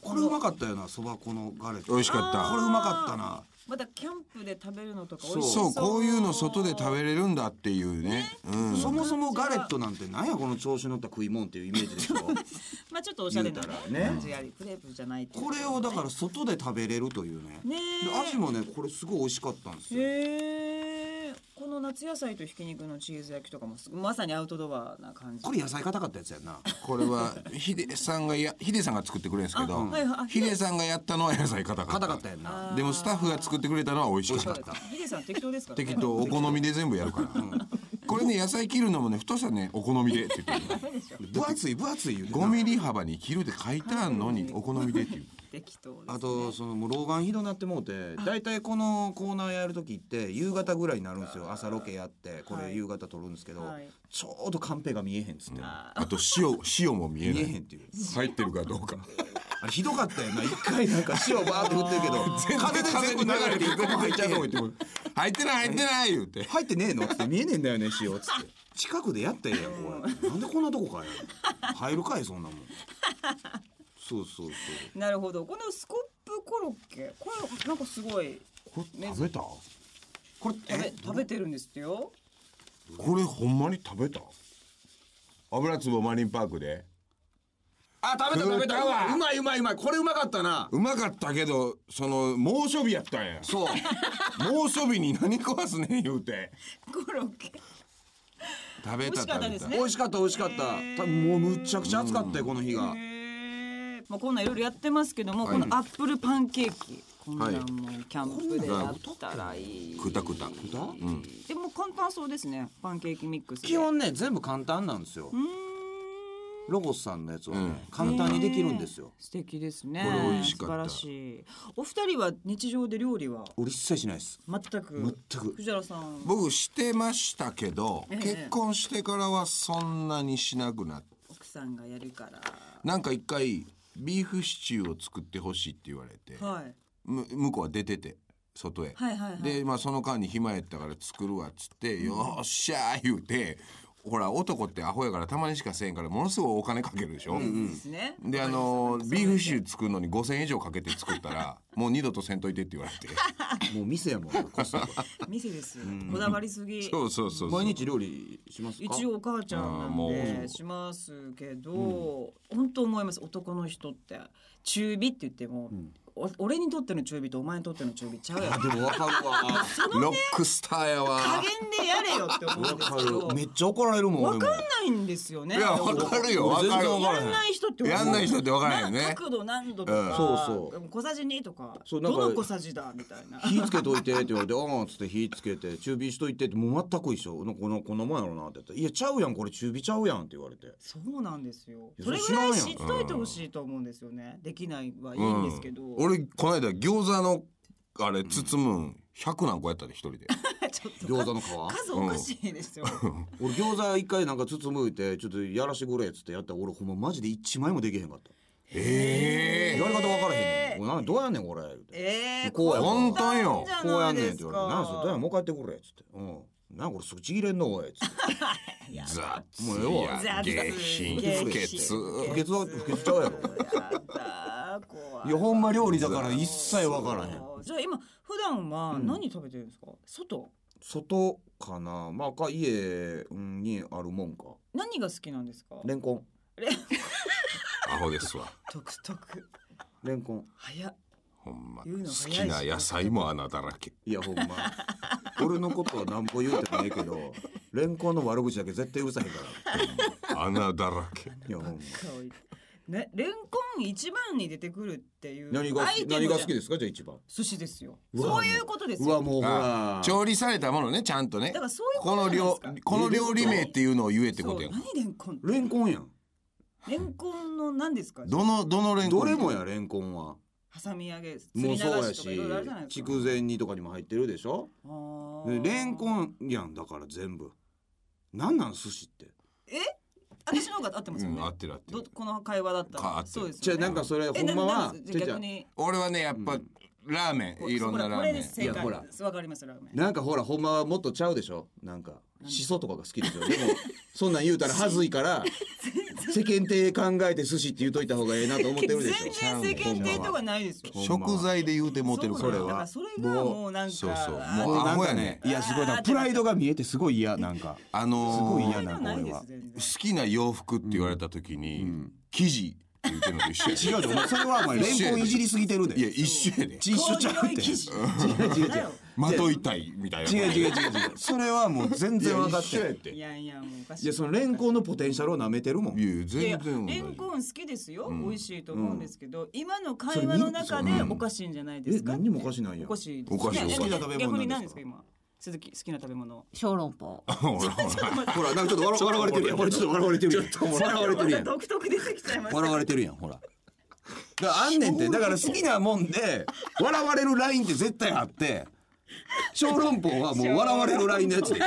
Speaker 3: これうまかったよなそば粉のガレット
Speaker 2: 美味しかっ
Speaker 3: これ
Speaker 2: た
Speaker 3: うまかったな
Speaker 1: まだキャンプで食べるのとか
Speaker 3: そう
Speaker 1: 美味し
Speaker 2: そうこういうの外で食
Speaker 1: る
Speaker 2: べれるんだっていうねうん
Speaker 3: そもそもガレットなんてなんやこの調子乗った食い物っていうイメージでしょ
Speaker 1: まあちょっとおしゃれなね
Speaker 3: 言うたらね
Speaker 1: 感じやりクレープじゃないっていう
Speaker 3: これをだから外で食べれるというね
Speaker 1: ね
Speaker 3: で
Speaker 1: え
Speaker 3: 味もねこれすごい美味しかったんですよ
Speaker 1: へえこのなん夏野菜とひき肉のチーズ焼きとかもすまさにアウトドアな感じ
Speaker 3: これ野菜硬かったやつやんな
Speaker 2: これはヒデさんがやヒデさんが作ってくれるんですけ
Speaker 1: あ
Speaker 2: ど
Speaker 1: はいはいあ
Speaker 2: ヒデさんがやったのは野菜硬かった
Speaker 3: 硬かったやんな
Speaker 2: でもスタッフが作ってくれたのは美味しかった
Speaker 1: そうヒデさん適当ですから、ね、
Speaker 2: 適当お好みで全部やるから、これね野菜切るのもね太さねお好みでって言って
Speaker 3: 分厚い分厚い言うて
Speaker 2: 5
Speaker 3: な
Speaker 2: ミリ幅に切るって書いてあんのにお好みでっていう
Speaker 1: 適当です
Speaker 3: あとそのもう老眼ひどなってもうて大体このコーナーやる時って夕方ぐらいになるんですよ朝ロケやってこ
Speaker 1: は
Speaker 3: れ
Speaker 1: い
Speaker 3: 夕方撮るんですけど
Speaker 1: はい
Speaker 3: ちょうどカンペが見えへんっつって
Speaker 2: あと塩塩も見えな
Speaker 3: 見えへんっ
Speaker 2: い
Speaker 3: ていう
Speaker 2: 入ってるかどうか
Speaker 3: あれひどかったよな一回なんか塩バーって振ってるけど風で全部流れて一個も入っちゃう
Speaker 2: 入ってない入ってない言うて
Speaker 3: 入ってねえのって見えねえんだよね塩っつって近くでやったらええやんこうやってなんでこんなとこかよ入るかいそんなもんそうそうそう
Speaker 1: なるほどこのスコップコロッケこれなんかすごい
Speaker 2: これ食べた
Speaker 3: これ
Speaker 1: 食べ
Speaker 3: え
Speaker 1: 食べてるんですってよ
Speaker 2: これほんまに食べた油壺マリンパークで
Speaker 3: あ食べた食べた
Speaker 2: 食うたわ
Speaker 3: うまいうまいうまいこれうまかったな
Speaker 2: うまかったけどその猛暑日やったんや
Speaker 3: そう
Speaker 2: 猛暑日に何壊すねん言うて
Speaker 1: コロッケ
Speaker 2: 食べた食べ
Speaker 1: 美味しかったたですね
Speaker 3: 美味しかった美味しかった、たもうむちゃくちゃ暑かったよこの日が、
Speaker 1: へえまあこんないろいろやってますけども、
Speaker 2: はい
Speaker 1: このアップルパンケーキこんな
Speaker 2: はい
Speaker 1: んもうキャンプでやったらいい、
Speaker 2: 食った食ったうん
Speaker 1: でも簡単そうですねパンケーキミックスで
Speaker 3: 基本ね全部簡単なんですよ
Speaker 1: うーん
Speaker 3: ロゴスさんのやつはね、
Speaker 2: うん
Speaker 3: 簡単にできるんですよ
Speaker 1: 素敵ですね
Speaker 2: これ美味しか
Speaker 1: 素
Speaker 2: っ
Speaker 1: 晴ら
Speaker 2: た
Speaker 1: しいお二人は日常で料理は
Speaker 3: 俺一切しないです
Speaker 1: 全く
Speaker 3: 全く
Speaker 1: 藤原さん
Speaker 2: 僕してましたけど、
Speaker 1: ええ
Speaker 2: 結婚してからはそんなにしなくなって
Speaker 1: 奥さんがやるから
Speaker 2: なんか一回ビーフシチューを作ってほしいって言われて、
Speaker 1: はい
Speaker 2: む向こうは出てて外へ、
Speaker 1: はいはいはい
Speaker 2: で、まあ、その間に暇やったから作るわっつって「よっしゃー」言うてほら男ってアホやからたまにしかせえんからものすごいお金かけるでしょ、
Speaker 1: ですね
Speaker 2: であのービーフシチュー作るのに5,000円以上かけて作った らもう二度とせんといてって言われて
Speaker 3: もう店やもんコスト コ
Speaker 1: 店ですよこだわりすぎ
Speaker 2: そうそうそうそう
Speaker 3: 毎日料理しますか
Speaker 1: 一応お母ちゃん
Speaker 2: あー
Speaker 1: なん
Speaker 2: も
Speaker 1: で
Speaker 2: う
Speaker 1: しますけど、本当思います男の人って中火って言っても、お俺にとっての中火とお前にとっての中火ちゃうやろ
Speaker 3: でもわかるわ
Speaker 2: ロックスターやわ
Speaker 1: 加減でやれよって思うんですけど
Speaker 3: わかるめっちゃ怒られるもん俺
Speaker 1: 分
Speaker 3: も
Speaker 1: かんないんですよね
Speaker 2: いやわかるよわかる
Speaker 3: 全然わ
Speaker 1: やんない人って分かる
Speaker 2: やんない人って分からんよね
Speaker 1: な角度何度とか、
Speaker 3: うんそうそ
Speaker 1: 小さじ2とか
Speaker 3: そうなんか
Speaker 1: どの小さじだみたいな
Speaker 3: 火つけといてって言われて「ああ」っつって火つけて中火しといてってもう全く一緒のこのこんなもんやろなって言って「いやちゃうやんこれ中火ちゃうやん」って言われて
Speaker 1: そうなんですよそ
Speaker 3: いやそ
Speaker 1: れ
Speaker 3: れ
Speaker 1: ぐらい知っ
Speaker 3: 知らん
Speaker 1: といてほしいと思うんですよねできないはいいんですけど、
Speaker 2: うん、俺この間餃子のあれ包むん100何個やったで一人 で
Speaker 1: ちょっと
Speaker 3: 餃子の皮
Speaker 1: 数おかしいですよ、
Speaker 3: 俺餃子一回なんか包むいてちょっとやらしてくれっつってやったら俺ほんまマジで一枚もできへんかった
Speaker 2: ええ
Speaker 3: やり方わからへんねん俺なんどうやんねんこれ言うて
Speaker 1: ええー、
Speaker 3: こうや
Speaker 2: 簡単よ
Speaker 1: じゃ
Speaker 3: こうや
Speaker 1: ない
Speaker 3: んねんっ
Speaker 1: で
Speaker 3: て
Speaker 1: す
Speaker 3: 言
Speaker 1: か
Speaker 3: われて「なんすどうやんもう帰ってくれ」っつって「うんなんこれすぐちぎれんのおい」っつって
Speaker 2: 雑
Speaker 3: もうええわ
Speaker 2: や下品不潔
Speaker 3: 不潔は不潔ちゃうやろ
Speaker 1: やだ怖い
Speaker 3: いやほんま料理だから一切わからへん
Speaker 1: じゃあ今普段は何食べてるんですか、外
Speaker 3: 外かなまあか家うんにあるもんか
Speaker 1: 何が好きなんですか
Speaker 3: レンコン
Speaker 2: アホですわ
Speaker 1: 独特
Speaker 3: レンコン
Speaker 1: 早っ
Speaker 2: ほんま
Speaker 1: 言うの
Speaker 2: 好
Speaker 1: 早いし
Speaker 2: きな野菜も穴だら け
Speaker 3: いやほ んま俺のことは何も言うてもええけどレンコンの悪口だけ絶対うるさへん から
Speaker 2: 穴だらけ
Speaker 3: いやほんま
Speaker 1: 顔いいね、レンコン一番に出てくるっていう
Speaker 3: 何が好
Speaker 1: アイ
Speaker 3: き
Speaker 1: テム
Speaker 3: 何
Speaker 1: じゃ
Speaker 3: が
Speaker 1: ん
Speaker 3: 好きですかじゃあ一番
Speaker 1: 寿司ですよ
Speaker 3: うわ
Speaker 1: そういうことです
Speaker 3: う
Speaker 1: よ
Speaker 3: わもうほら
Speaker 2: あ調理されたものねちゃんとね
Speaker 1: だからそういうこ
Speaker 2: こと
Speaker 1: なん
Speaker 2: の
Speaker 1: ですか
Speaker 2: 料この料理名っていうのを言えってこと
Speaker 1: そう
Speaker 2: や
Speaker 1: 何レンコン
Speaker 3: レンコンやん
Speaker 1: レンコンの何ですか
Speaker 2: どのどのレンコン
Speaker 3: どれもやレンコンは
Speaker 1: 挟み上げすり
Speaker 3: も
Speaker 1: 流
Speaker 3: う
Speaker 1: し
Speaker 3: そうや
Speaker 1: とかい
Speaker 3: し
Speaker 1: ろいろあるじゃないですか
Speaker 3: 筑前煮とかにも入ってるでしょ
Speaker 1: あー
Speaker 3: でレンコンやんだから全部なんなん寿司って
Speaker 1: 私の方が合ってま
Speaker 2: う
Speaker 1: すよね、
Speaker 2: ん合ってる合って
Speaker 1: ど
Speaker 2: る
Speaker 1: この会話だった
Speaker 2: か合
Speaker 1: ら
Speaker 2: ってる
Speaker 1: そうです
Speaker 3: じゃ
Speaker 1: よ
Speaker 3: あ
Speaker 1: ね
Speaker 3: なんかそれほ
Speaker 1: え
Speaker 3: んま
Speaker 1: なな
Speaker 3: はちょいちゃ
Speaker 1: 逆
Speaker 3: ん
Speaker 1: に
Speaker 2: 俺はねやっぱ、
Speaker 3: うん
Speaker 2: ラーメンいろんな
Speaker 1: そう
Speaker 2: ラ
Speaker 1: こ
Speaker 2: ー
Speaker 1: れ
Speaker 2: メ
Speaker 1: で
Speaker 2: ン
Speaker 1: す正
Speaker 3: いや
Speaker 1: 解
Speaker 3: ほら
Speaker 1: ですわかりますラーメン
Speaker 3: なんかほらほんまはもっとちゃうでしょなんかしそとかが好きでしょでもそんなん言うたらはずいから世間体考えて寿司って言うといた方がええなと思って
Speaker 1: 全
Speaker 3: るでしょ
Speaker 1: 然世間体とかないですよ
Speaker 3: ほんまは
Speaker 2: 食材で言うてもうてるから
Speaker 1: そうなんだだからそれがもうなんか
Speaker 2: そうそう
Speaker 1: あー
Speaker 2: もうア
Speaker 3: なん
Speaker 2: ホ
Speaker 3: か
Speaker 2: やね
Speaker 3: いやすごいなプライドが見えてすごい嫌なんか
Speaker 2: あのー
Speaker 3: すごい
Speaker 1: そ
Speaker 3: 嫌
Speaker 1: れ
Speaker 3: な
Speaker 1: が
Speaker 3: こ
Speaker 1: ない
Speaker 3: れ
Speaker 1: です
Speaker 3: は
Speaker 1: 全然
Speaker 2: 好きな洋服って言われた時に、生地って言ってるのと一緒や
Speaker 3: 違 うでお前それはお前レンコンいじりすぎてるで
Speaker 2: いや一緒やで
Speaker 3: 一緒ちゃうっ
Speaker 1: 氷の
Speaker 3: て
Speaker 1: 生地
Speaker 3: 違う違う違う
Speaker 2: まといたいみたいな
Speaker 3: 違う違う違う違うそれはもう全然分かって
Speaker 2: いや
Speaker 3: る
Speaker 2: 一緒やって
Speaker 1: いやいやもうおかしい
Speaker 3: いやそのレンコンのポテンシャルを舐めてるもん
Speaker 2: いや
Speaker 1: いやい
Speaker 2: 全
Speaker 1: や
Speaker 2: 然
Speaker 1: レンコン好きですよ、
Speaker 2: うん
Speaker 1: 美味しいと思うんですけど、今の会話の中で
Speaker 2: それに
Speaker 1: おかしいんじゃないで
Speaker 3: え
Speaker 1: すか
Speaker 3: 何にもおかしない
Speaker 1: い
Speaker 3: や
Speaker 1: お
Speaker 3: ん
Speaker 1: かしいです
Speaker 2: おかしい
Speaker 1: ね
Speaker 2: おかし
Speaker 1: え
Speaker 2: い好きな
Speaker 3: 食べ物
Speaker 1: 逆に
Speaker 3: な
Speaker 1: 何
Speaker 3: ん
Speaker 1: で
Speaker 3: ですす
Speaker 1: か
Speaker 3: か
Speaker 1: 今鈴木好きな食べ物
Speaker 4: 小籠包。
Speaker 2: ほらほら
Speaker 3: ほらなんかちょっと笑笑われてるやんほらちょっと笑われてるやん笑われてるやん
Speaker 1: 独特出てきちゃいました
Speaker 3: 笑われてるやんほら。 だからあんねんってだから好きなもんで笑われるラインって絶対あって小籠包はもう笑われるラインのやつでし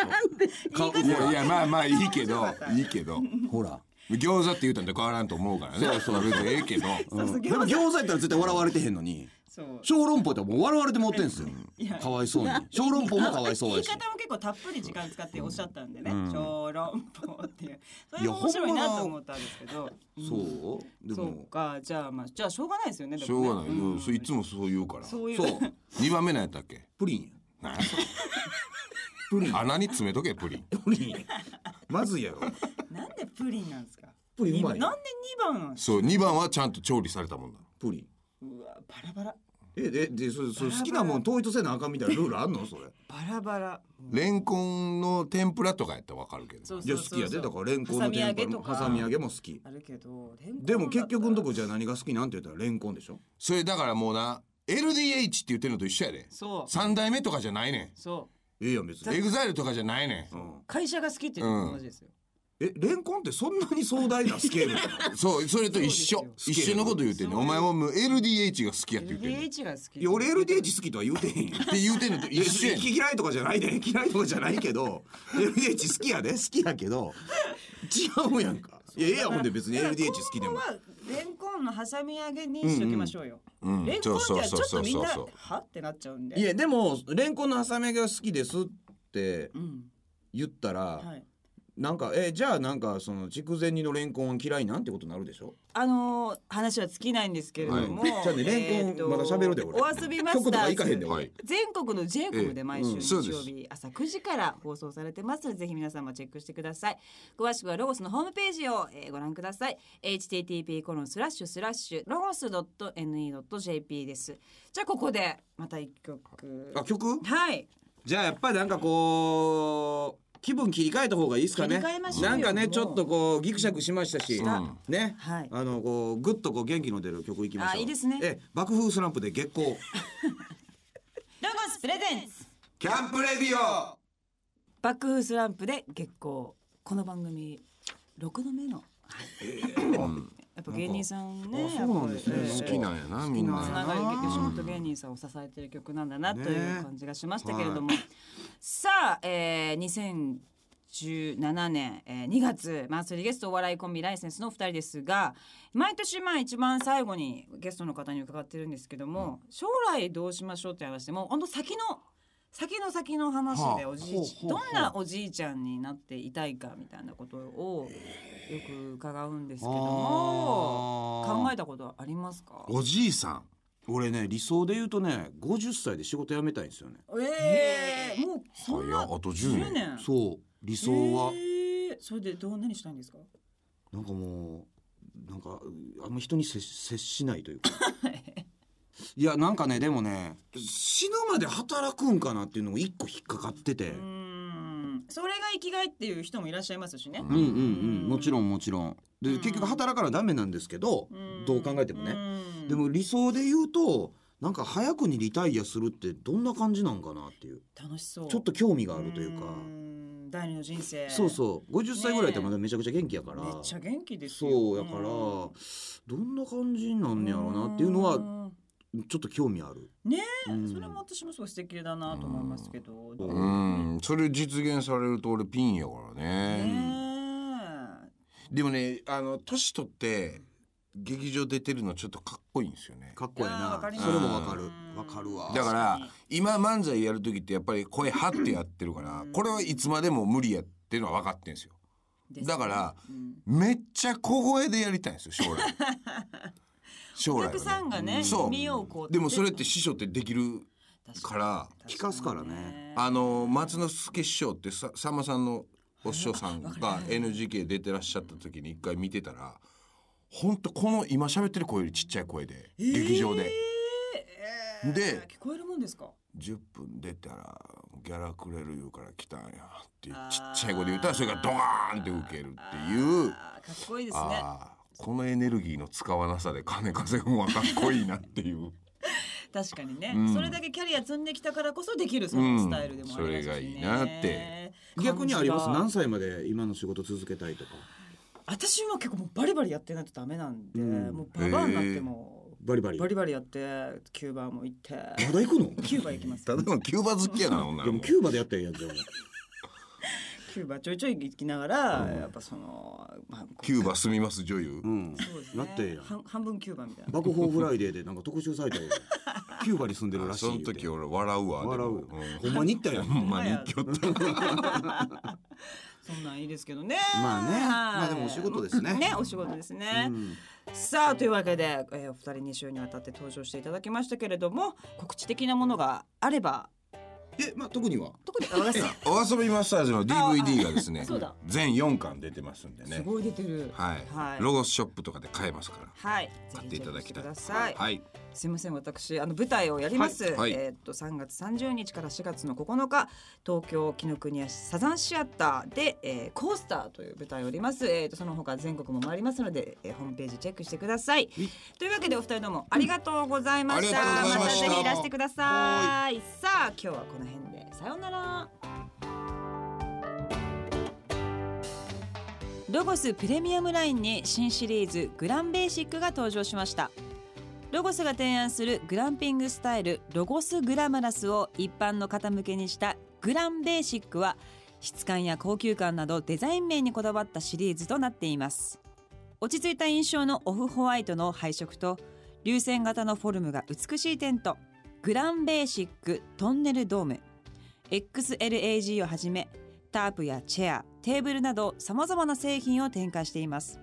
Speaker 3: ょ。顔
Speaker 2: いやいやまあまあいいけどいいけど
Speaker 3: ほら。
Speaker 2: 餃子って言うたんと変わらんと思うからねそうそう別にええけど
Speaker 3: うんでも餃子やったら絶対笑われてへんのに
Speaker 1: そう
Speaker 3: 小籠包ってもう笑われて持ってんすよ
Speaker 1: いや
Speaker 3: かわいそうに小籠包もかわいそう
Speaker 1: 言
Speaker 3: や
Speaker 1: い
Speaker 3: し
Speaker 1: 方も結構たっぷり時間使っておっしゃったんでね、
Speaker 3: うん
Speaker 1: 小籠包っていうそれ
Speaker 3: いや
Speaker 1: も面白いなと思ったんですけど
Speaker 3: そうで
Speaker 1: そ
Speaker 3: も
Speaker 1: うかじゃあまあじゃあしょうがないですよねでもね
Speaker 2: しょうがない
Speaker 1: ん
Speaker 2: よそういつもそう言うから
Speaker 1: そういう
Speaker 3: そう
Speaker 2: 二番目なんやったっけ
Speaker 3: プリン
Speaker 2: なんや
Speaker 3: プリン
Speaker 2: 穴に詰めとけプリン
Speaker 3: プリンまずいやろ
Speaker 1: なんでプリンなんですか
Speaker 3: プリンうまい
Speaker 1: なんで2番
Speaker 2: そう二番はちゃんと調理されたもんだ
Speaker 3: プリン
Speaker 1: うわバラバラ
Speaker 3: えででそれそれ好きなもん統一せなあかんみたいなルールあんのそれ
Speaker 1: バラバラ
Speaker 2: レンコンの天ぷらとかやったらわかるけど
Speaker 1: そう
Speaker 3: いや
Speaker 1: そう
Speaker 3: 好
Speaker 1: そう
Speaker 3: きやでだからレンコンの天ぷらも
Speaker 1: ハ
Speaker 3: ハ
Speaker 1: サ
Speaker 3: サ
Speaker 1: ミ
Speaker 3: ミ
Speaker 1: 揚
Speaker 3: 揚
Speaker 1: げ
Speaker 3: げも好き
Speaker 1: あるけどレンコン
Speaker 3: でも結局のとこ
Speaker 1: だっ
Speaker 3: じゃあ何が好きなんって言ったらレンコンでしょ
Speaker 2: それだからもうな LDH って言ってるのと一緒やで
Speaker 1: たらそう
Speaker 2: 三代目とかじゃないね
Speaker 1: そうん
Speaker 3: ええやん別
Speaker 2: ん
Speaker 3: に、
Speaker 2: エグザイルとかじゃないね
Speaker 3: うん、
Speaker 1: 会社が好きって言ってる同じですよ、
Speaker 3: えレンコンってそんなに壮大なスケールなの
Speaker 2: んそうそれと一緒
Speaker 1: そう
Speaker 2: 一緒のこと言うてんねんお前はもう LDH が好きやって言ってんねんっ
Speaker 1: LDH が好き
Speaker 3: いや俺 LDH 好きとは言うてへんよ
Speaker 2: て言うてんのと一緒やねん
Speaker 3: 嫌いとかじゃないで嫌いとかじゃないけど LDH 好きやで好きやけど違うやんかいやええやんほんで別に LDH 好きでも
Speaker 1: だから今後はレンコンのハサミ揚げにしときましょうよ、
Speaker 2: うん
Speaker 1: レンコンってちょっとみんな
Speaker 2: そうそうそうそう
Speaker 1: はってなっちゃうんで
Speaker 3: いやでもレンコンのハサミ揚げが好きですって
Speaker 1: うん
Speaker 3: 言ったら、
Speaker 1: はい
Speaker 3: なんかえじゃあなんかその筑前煮のレンコンは嫌いなんてことになるでしょ
Speaker 1: あのー話は尽きないんですけれども、
Speaker 3: はいじゃあねレンコン
Speaker 1: えーと
Speaker 3: まだ喋るで俺
Speaker 1: お遊びマス
Speaker 3: 曲と
Speaker 1: タ
Speaker 3: か行かへ
Speaker 1: ー
Speaker 3: んで
Speaker 1: ズ
Speaker 2: はい
Speaker 1: 全国の j コムで毎週
Speaker 3: ええうん
Speaker 1: 日
Speaker 2: そう
Speaker 1: 曜
Speaker 2: です
Speaker 1: 日朝9時から放送されてますのでぜひ皆様チェックしてください詳しくはロゴスのホームページをえーご覧ください http コロンスラッシュスラッシュロゴス .ne.jp ですじゃあここでまた一曲
Speaker 3: あ曲
Speaker 1: はい
Speaker 3: じゃあやっぱりなんかこう気分切り替えた方がいいですかね
Speaker 1: 切り替えましょうよ
Speaker 3: なんか
Speaker 1: も
Speaker 3: ね
Speaker 1: う
Speaker 3: ちょっとこうギクシャクしましたし、
Speaker 2: した
Speaker 3: ね、
Speaker 1: はい
Speaker 3: あのこうグッとこう元気の出る曲いきましょう
Speaker 1: あいいですね
Speaker 3: ええ爆風スランプで月光
Speaker 1: ロゴスプレゼンツ
Speaker 2: キャンプレディオ
Speaker 1: 爆風スランプで月光この番組6度目の、やっぱ芸人さんね
Speaker 3: なんかあそうなんですね
Speaker 1: やっぱり
Speaker 2: 好きなんやなみん
Speaker 3: 好
Speaker 1: つ
Speaker 3: き
Speaker 1: な
Speaker 2: な
Speaker 1: がり
Speaker 3: あー
Speaker 1: 吉本芸人さんを支えてる曲なんだなと
Speaker 3: ね
Speaker 1: いう感じがしましたけれども、さあ、えー、2017年、えー、2月マンスリーゲストお笑いコンビライセンスのお二人ですが毎年まあ一番最後にゲストの方に伺ってるんですけども、将来どうしましょうって話でもう本当先の先の先の話で
Speaker 2: はあ
Speaker 1: おじいちどんなおじいちゃんになっていたいかみたいなことをよく伺うんですけども考えたことはありますか
Speaker 2: おじいさん
Speaker 3: 俺ね理想で言うとね50歳で仕事辞めたいんですよね
Speaker 1: ええもうそん
Speaker 2: いや
Speaker 1: な
Speaker 2: あと10年
Speaker 3: そう理想は、
Speaker 1: ええそれでどう何したいんです か
Speaker 3: なんかもうなんかあんま人に接し接しないというかいやなんかねでもね死ぬまで働くんかなっていうのも一個引っかかってて、
Speaker 1: うーんそれが生きがいっていう人もいらっしゃいますしね
Speaker 3: うんうんうんもちろんもちろんで、
Speaker 1: うん
Speaker 3: 結局働かなダメなんですけど、どう考えてもね、でも理想で言うとなんか早くにリタイアするってどんな感じなんかなっていう
Speaker 1: 楽しそう
Speaker 3: ちょっと興味があるというか、
Speaker 1: ん第二の人生
Speaker 3: そうそう50歳ぐらいってまだめちゃくちゃ元気やから、
Speaker 1: めっちゃ元気ですよ
Speaker 3: そうやから、
Speaker 1: うん
Speaker 3: どんな感じになんねやろなっていうのは
Speaker 1: ん
Speaker 3: ちょっと興味ある。
Speaker 1: ね
Speaker 3: え
Speaker 1: それも私もすごい素敵だなと思いますけどどう
Speaker 2: うんそれ実現されると俺ピンやからね
Speaker 1: ね
Speaker 2: でもねあの年取って劇場出てるのちょっとかっこいいんですよね
Speaker 3: かっこええ
Speaker 1: あーわ
Speaker 3: な
Speaker 1: かり。ます
Speaker 3: それもわかる
Speaker 1: う。
Speaker 3: わ
Speaker 1: ん
Speaker 3: かるわ。
Speaker 2: だ
Speaker 1: 確
Speaker 2: か
Speaker 1: からに
Speaker 2: 今漫才やる時ってやっぱり声張ってやってるからこれはいつまでも無理やっていうのは分かってんですよ
Speaker 1: ですね
Speaker 2: だから
Speaker 1: うん
Speaker 2: めっちゃ小声でやりたいんですよ 将来将
Speaker 1: お
Speaker 2: 来は
Speaker 1: 客さんがね
Speaker 2: そう
Speaker 1: 身をこう
Speaker 2: でもそれって師匠ってできる
Speaker 1: 確
Speaker 2: か
Speaker 1: に
Speaker 2: ら
Speaker 1: 確に
Speaker 3: 聞かすからね
Speaker 2: あの松之助師匠ってささんまさんのお師匠さん
Speaker 1: わかるわ
Speaker 2: が
Speaker 1: かる
Speaker 2: NGK 出てらっしゃった時に一回見てたらほんとこの今喋ってる声よりちっちゃい声で劇場で
Speaker 1: えーえー
Speaker 2: で
Speaker 1: 聞こえるもんですか
Speaker 2: 10分出たらギャラくれる言うから来たんやってちっちゃい声で言ったらそれがドカーンって受けるっていう
Speaker 1: あーかっこいいですね
Speaker 2: あーこのエネルギーの使わなさで金稼ぐのはかっこいいなっていう。
Speaker 1: 確かにね、
Speaker 2: うん
Speaker 1: それだけキャリア積んできたからこそできるそのスタイルでもありますし、ね
Speaker 2: うんそれがいいなって
Speaker 3: 逆にあります
Speaker 1: 感じが
Speaker 3: 何歳まで今の仕事続けたいとか
Speaker 1: 私は結構もうバリバリやってないとダメなんで、
Speaker 3: うん
Speaker 1: もうババアになっても
Speaker 3: バリバリ
Speaker 1: バリバリやってキューバも行って
Speaker 3: まだ行くの
Speaker 1: キューバ行きます
Speaker 2: ただのキューバ好きやな、女
Speaker 3: で
Speaker 2: の
Speaker 3: も
Speaker 2: 子。
Speaker 3: キューバでやったらええやんじゃん
Speaker 1: キューバちょいちょい行きながら、やっぱその、まあ、
Speaker 2: キューバ住みます女優
Speaker 3: う。ん
Speaker 1: そうです
Speaker 3: な
Speaker 1: ね
Speaker 3: ってええやん
Speaker 1: 半半分キューバみたいな
Speaker 3: 爆砲フライデーでなんか特集されたよキューバに住んでるらしい
Speaker 2: その
Speaker 3: 言うて
Speaker 2: 時俺笑うわ。
Speaker 3: 笑う、
Speaker 2: でもん
Speaker 3: ほんまに行ったよ
Speaker 2: ほんまに行きよった。
Speaker 1: そんなんいいですけどね
Speaker 3: まあね
Speaker 1: はい
Speaker 3: まあでもお仕事ですね
Speaker 1: ねお仕事ですね、
Speaker 3: うん
Speaker 1: さあというわけで、えーお二人に週にわたって登場していただきましたけれども告知的なものがあれば
Speaker 3: えまあ特には
Speaker 1: 特に私
Speaker 2: お遊びマスターズの DVD がですね
Speaker 1: そうだ、
Speaker 2: 全4巻出てますんですね。
Speaker 1: ごい出てる
Speaker 2: は
Speaker 1: はい
Speaker 2: い。ロゴスショップとかで買えますから。
Speaker 1: はい
Speaker 2: 買っていただきたい。
Speaker 1: ぜひチェックしてください、
Speaker 2: はい。
Speaker 1: すいません私あの舞台をやります、
Speaker 2: はいはい
Speaker 1: えーっと3月30日から4月の9日東京紀ノ国屋サザンシアターで、えーコースターという舞台をやります、えーっとその他全国も回りますので、えーホームページチェックしてくださいというわけでお二人どうもありがとうございました、
Speaker 2: ありがとうございました
Speaker 1: たぜひいらしてくださいさあ今日はこの辺でさようならロゴスプレミアムラインに新シリーズグランベーシックが登場しましたロゴスが提案するグランピングスタイルロゴスグラマラスを一般の方向けにしたグランベーシックは質感や高級感などデザイン面にこだわったシリーズとなっています落ち着いた印象のオフホワイトの配色と流線型のフォルムが美しい点とグランベーシックトンネルドーム XLAG をはじめタープやチェアテーブルなど様々な製品を展開しています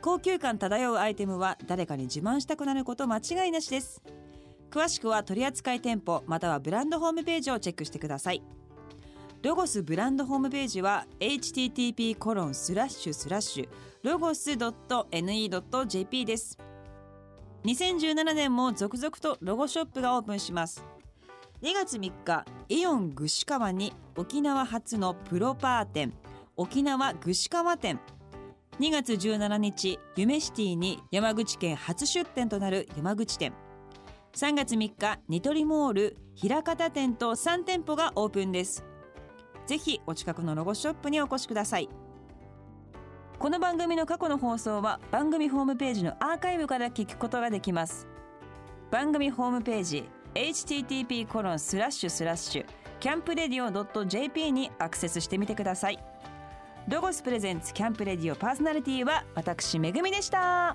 Speaker 1: 高級感漂うアイテムは誰かに自慢したくなること間違いなしです詳しくは取扱店舗またはブランドホームページをチェックしてくださいロゴスブランドホームページは http コロンスラッシュスラッシュロゴス .ne.jp です2017年も続々とロゴショップがオープンします2月3日イオン串川に沖縄初のプロパー店沖縄串川店2月17日夢シティに山口県初出店となる山口店3月3日ニトリモール枚方店と3店舗がオープンですぜひお近くのロゴショップにお越しくださいこの番組の過去の放送は番組ホームページのアーカイブから聞くことができます番組ホームページ http コロンスラッシュスラッシュキャンプレディオ .jp にアクセスしてみてくださいロゴスプレゼンツキャンプレディオパーソナリティは私めぐみでした。